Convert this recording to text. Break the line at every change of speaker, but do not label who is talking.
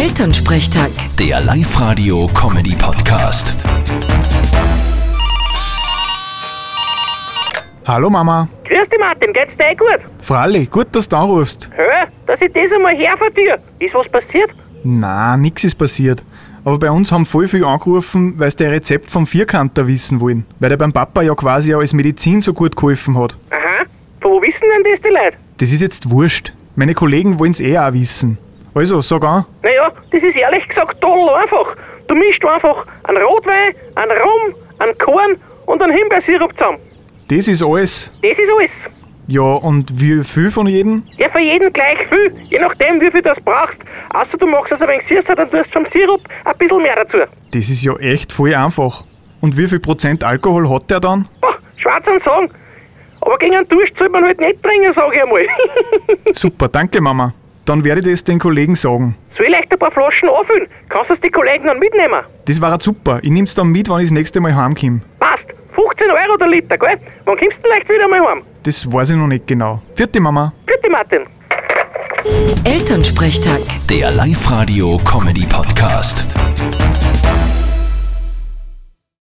Elternsprechtag.
Der Live-Radio-Comedy-Podcast.
Hallo Mama.
Grüß dich, Martin, geht's dir eh gut?
Fralli, gut, dass du anrufst.
Hör, dass ich das einmal her von dir. Ist was passiert?
Na, nix ist passiert. Aber bei uns haben voll viel angerufen, weil sie das Rezept vom Vierkanter wissen wollen. Weil der beim Papa ja quasi auch als Medizin so gut geholfen hat.
Aha, von wo wissen denn das die Leute?
Das ist jetzt wurscht. Meine Kollegen wollen's eh auch wissen. Also, sag an.
Naja, das ist ehrlich gesagt toll einfach. Du mischst einfach einen Rotwein, einen Rum, einen Korn und einen Himbeersirup zusammen.
Das ist alles.
Das ist alles.
Ja, und wie viel von jedem?
Ja, für jeden gleich viel, je nachdem, wie viel das brauchst. Außer du machst es ein wenig süßer, dann tust du vom Sirup ein bisschen mehr dazu.
Das ist ja echt voll einfach. Und wie viel Prozent Alkohol hat der dann?
Boah, schwarz und sagen. Aber gegen einen Durst sollte man halt nicht bringen, sag ich einmal.
Super, danke Mama. Dann werde ich das den Kollegen sagen.
Soll ich leicht ein paar Flaschen anfüllen? Kannst du es die Kollegen dann mitnehmen?
Das war super. Ich nehm's dann mit, wenn ich das nächste Mal heimkomme.
Passt, 15 Euro der Liter, gell? Wann kommst du denn leicht wieder mal heim?
Das weiß ich noch nicht genau. Vierte Mama.
Bitte, Martin.
Elternsprechtag.
Der Live-Radio-Comedy-Podcast.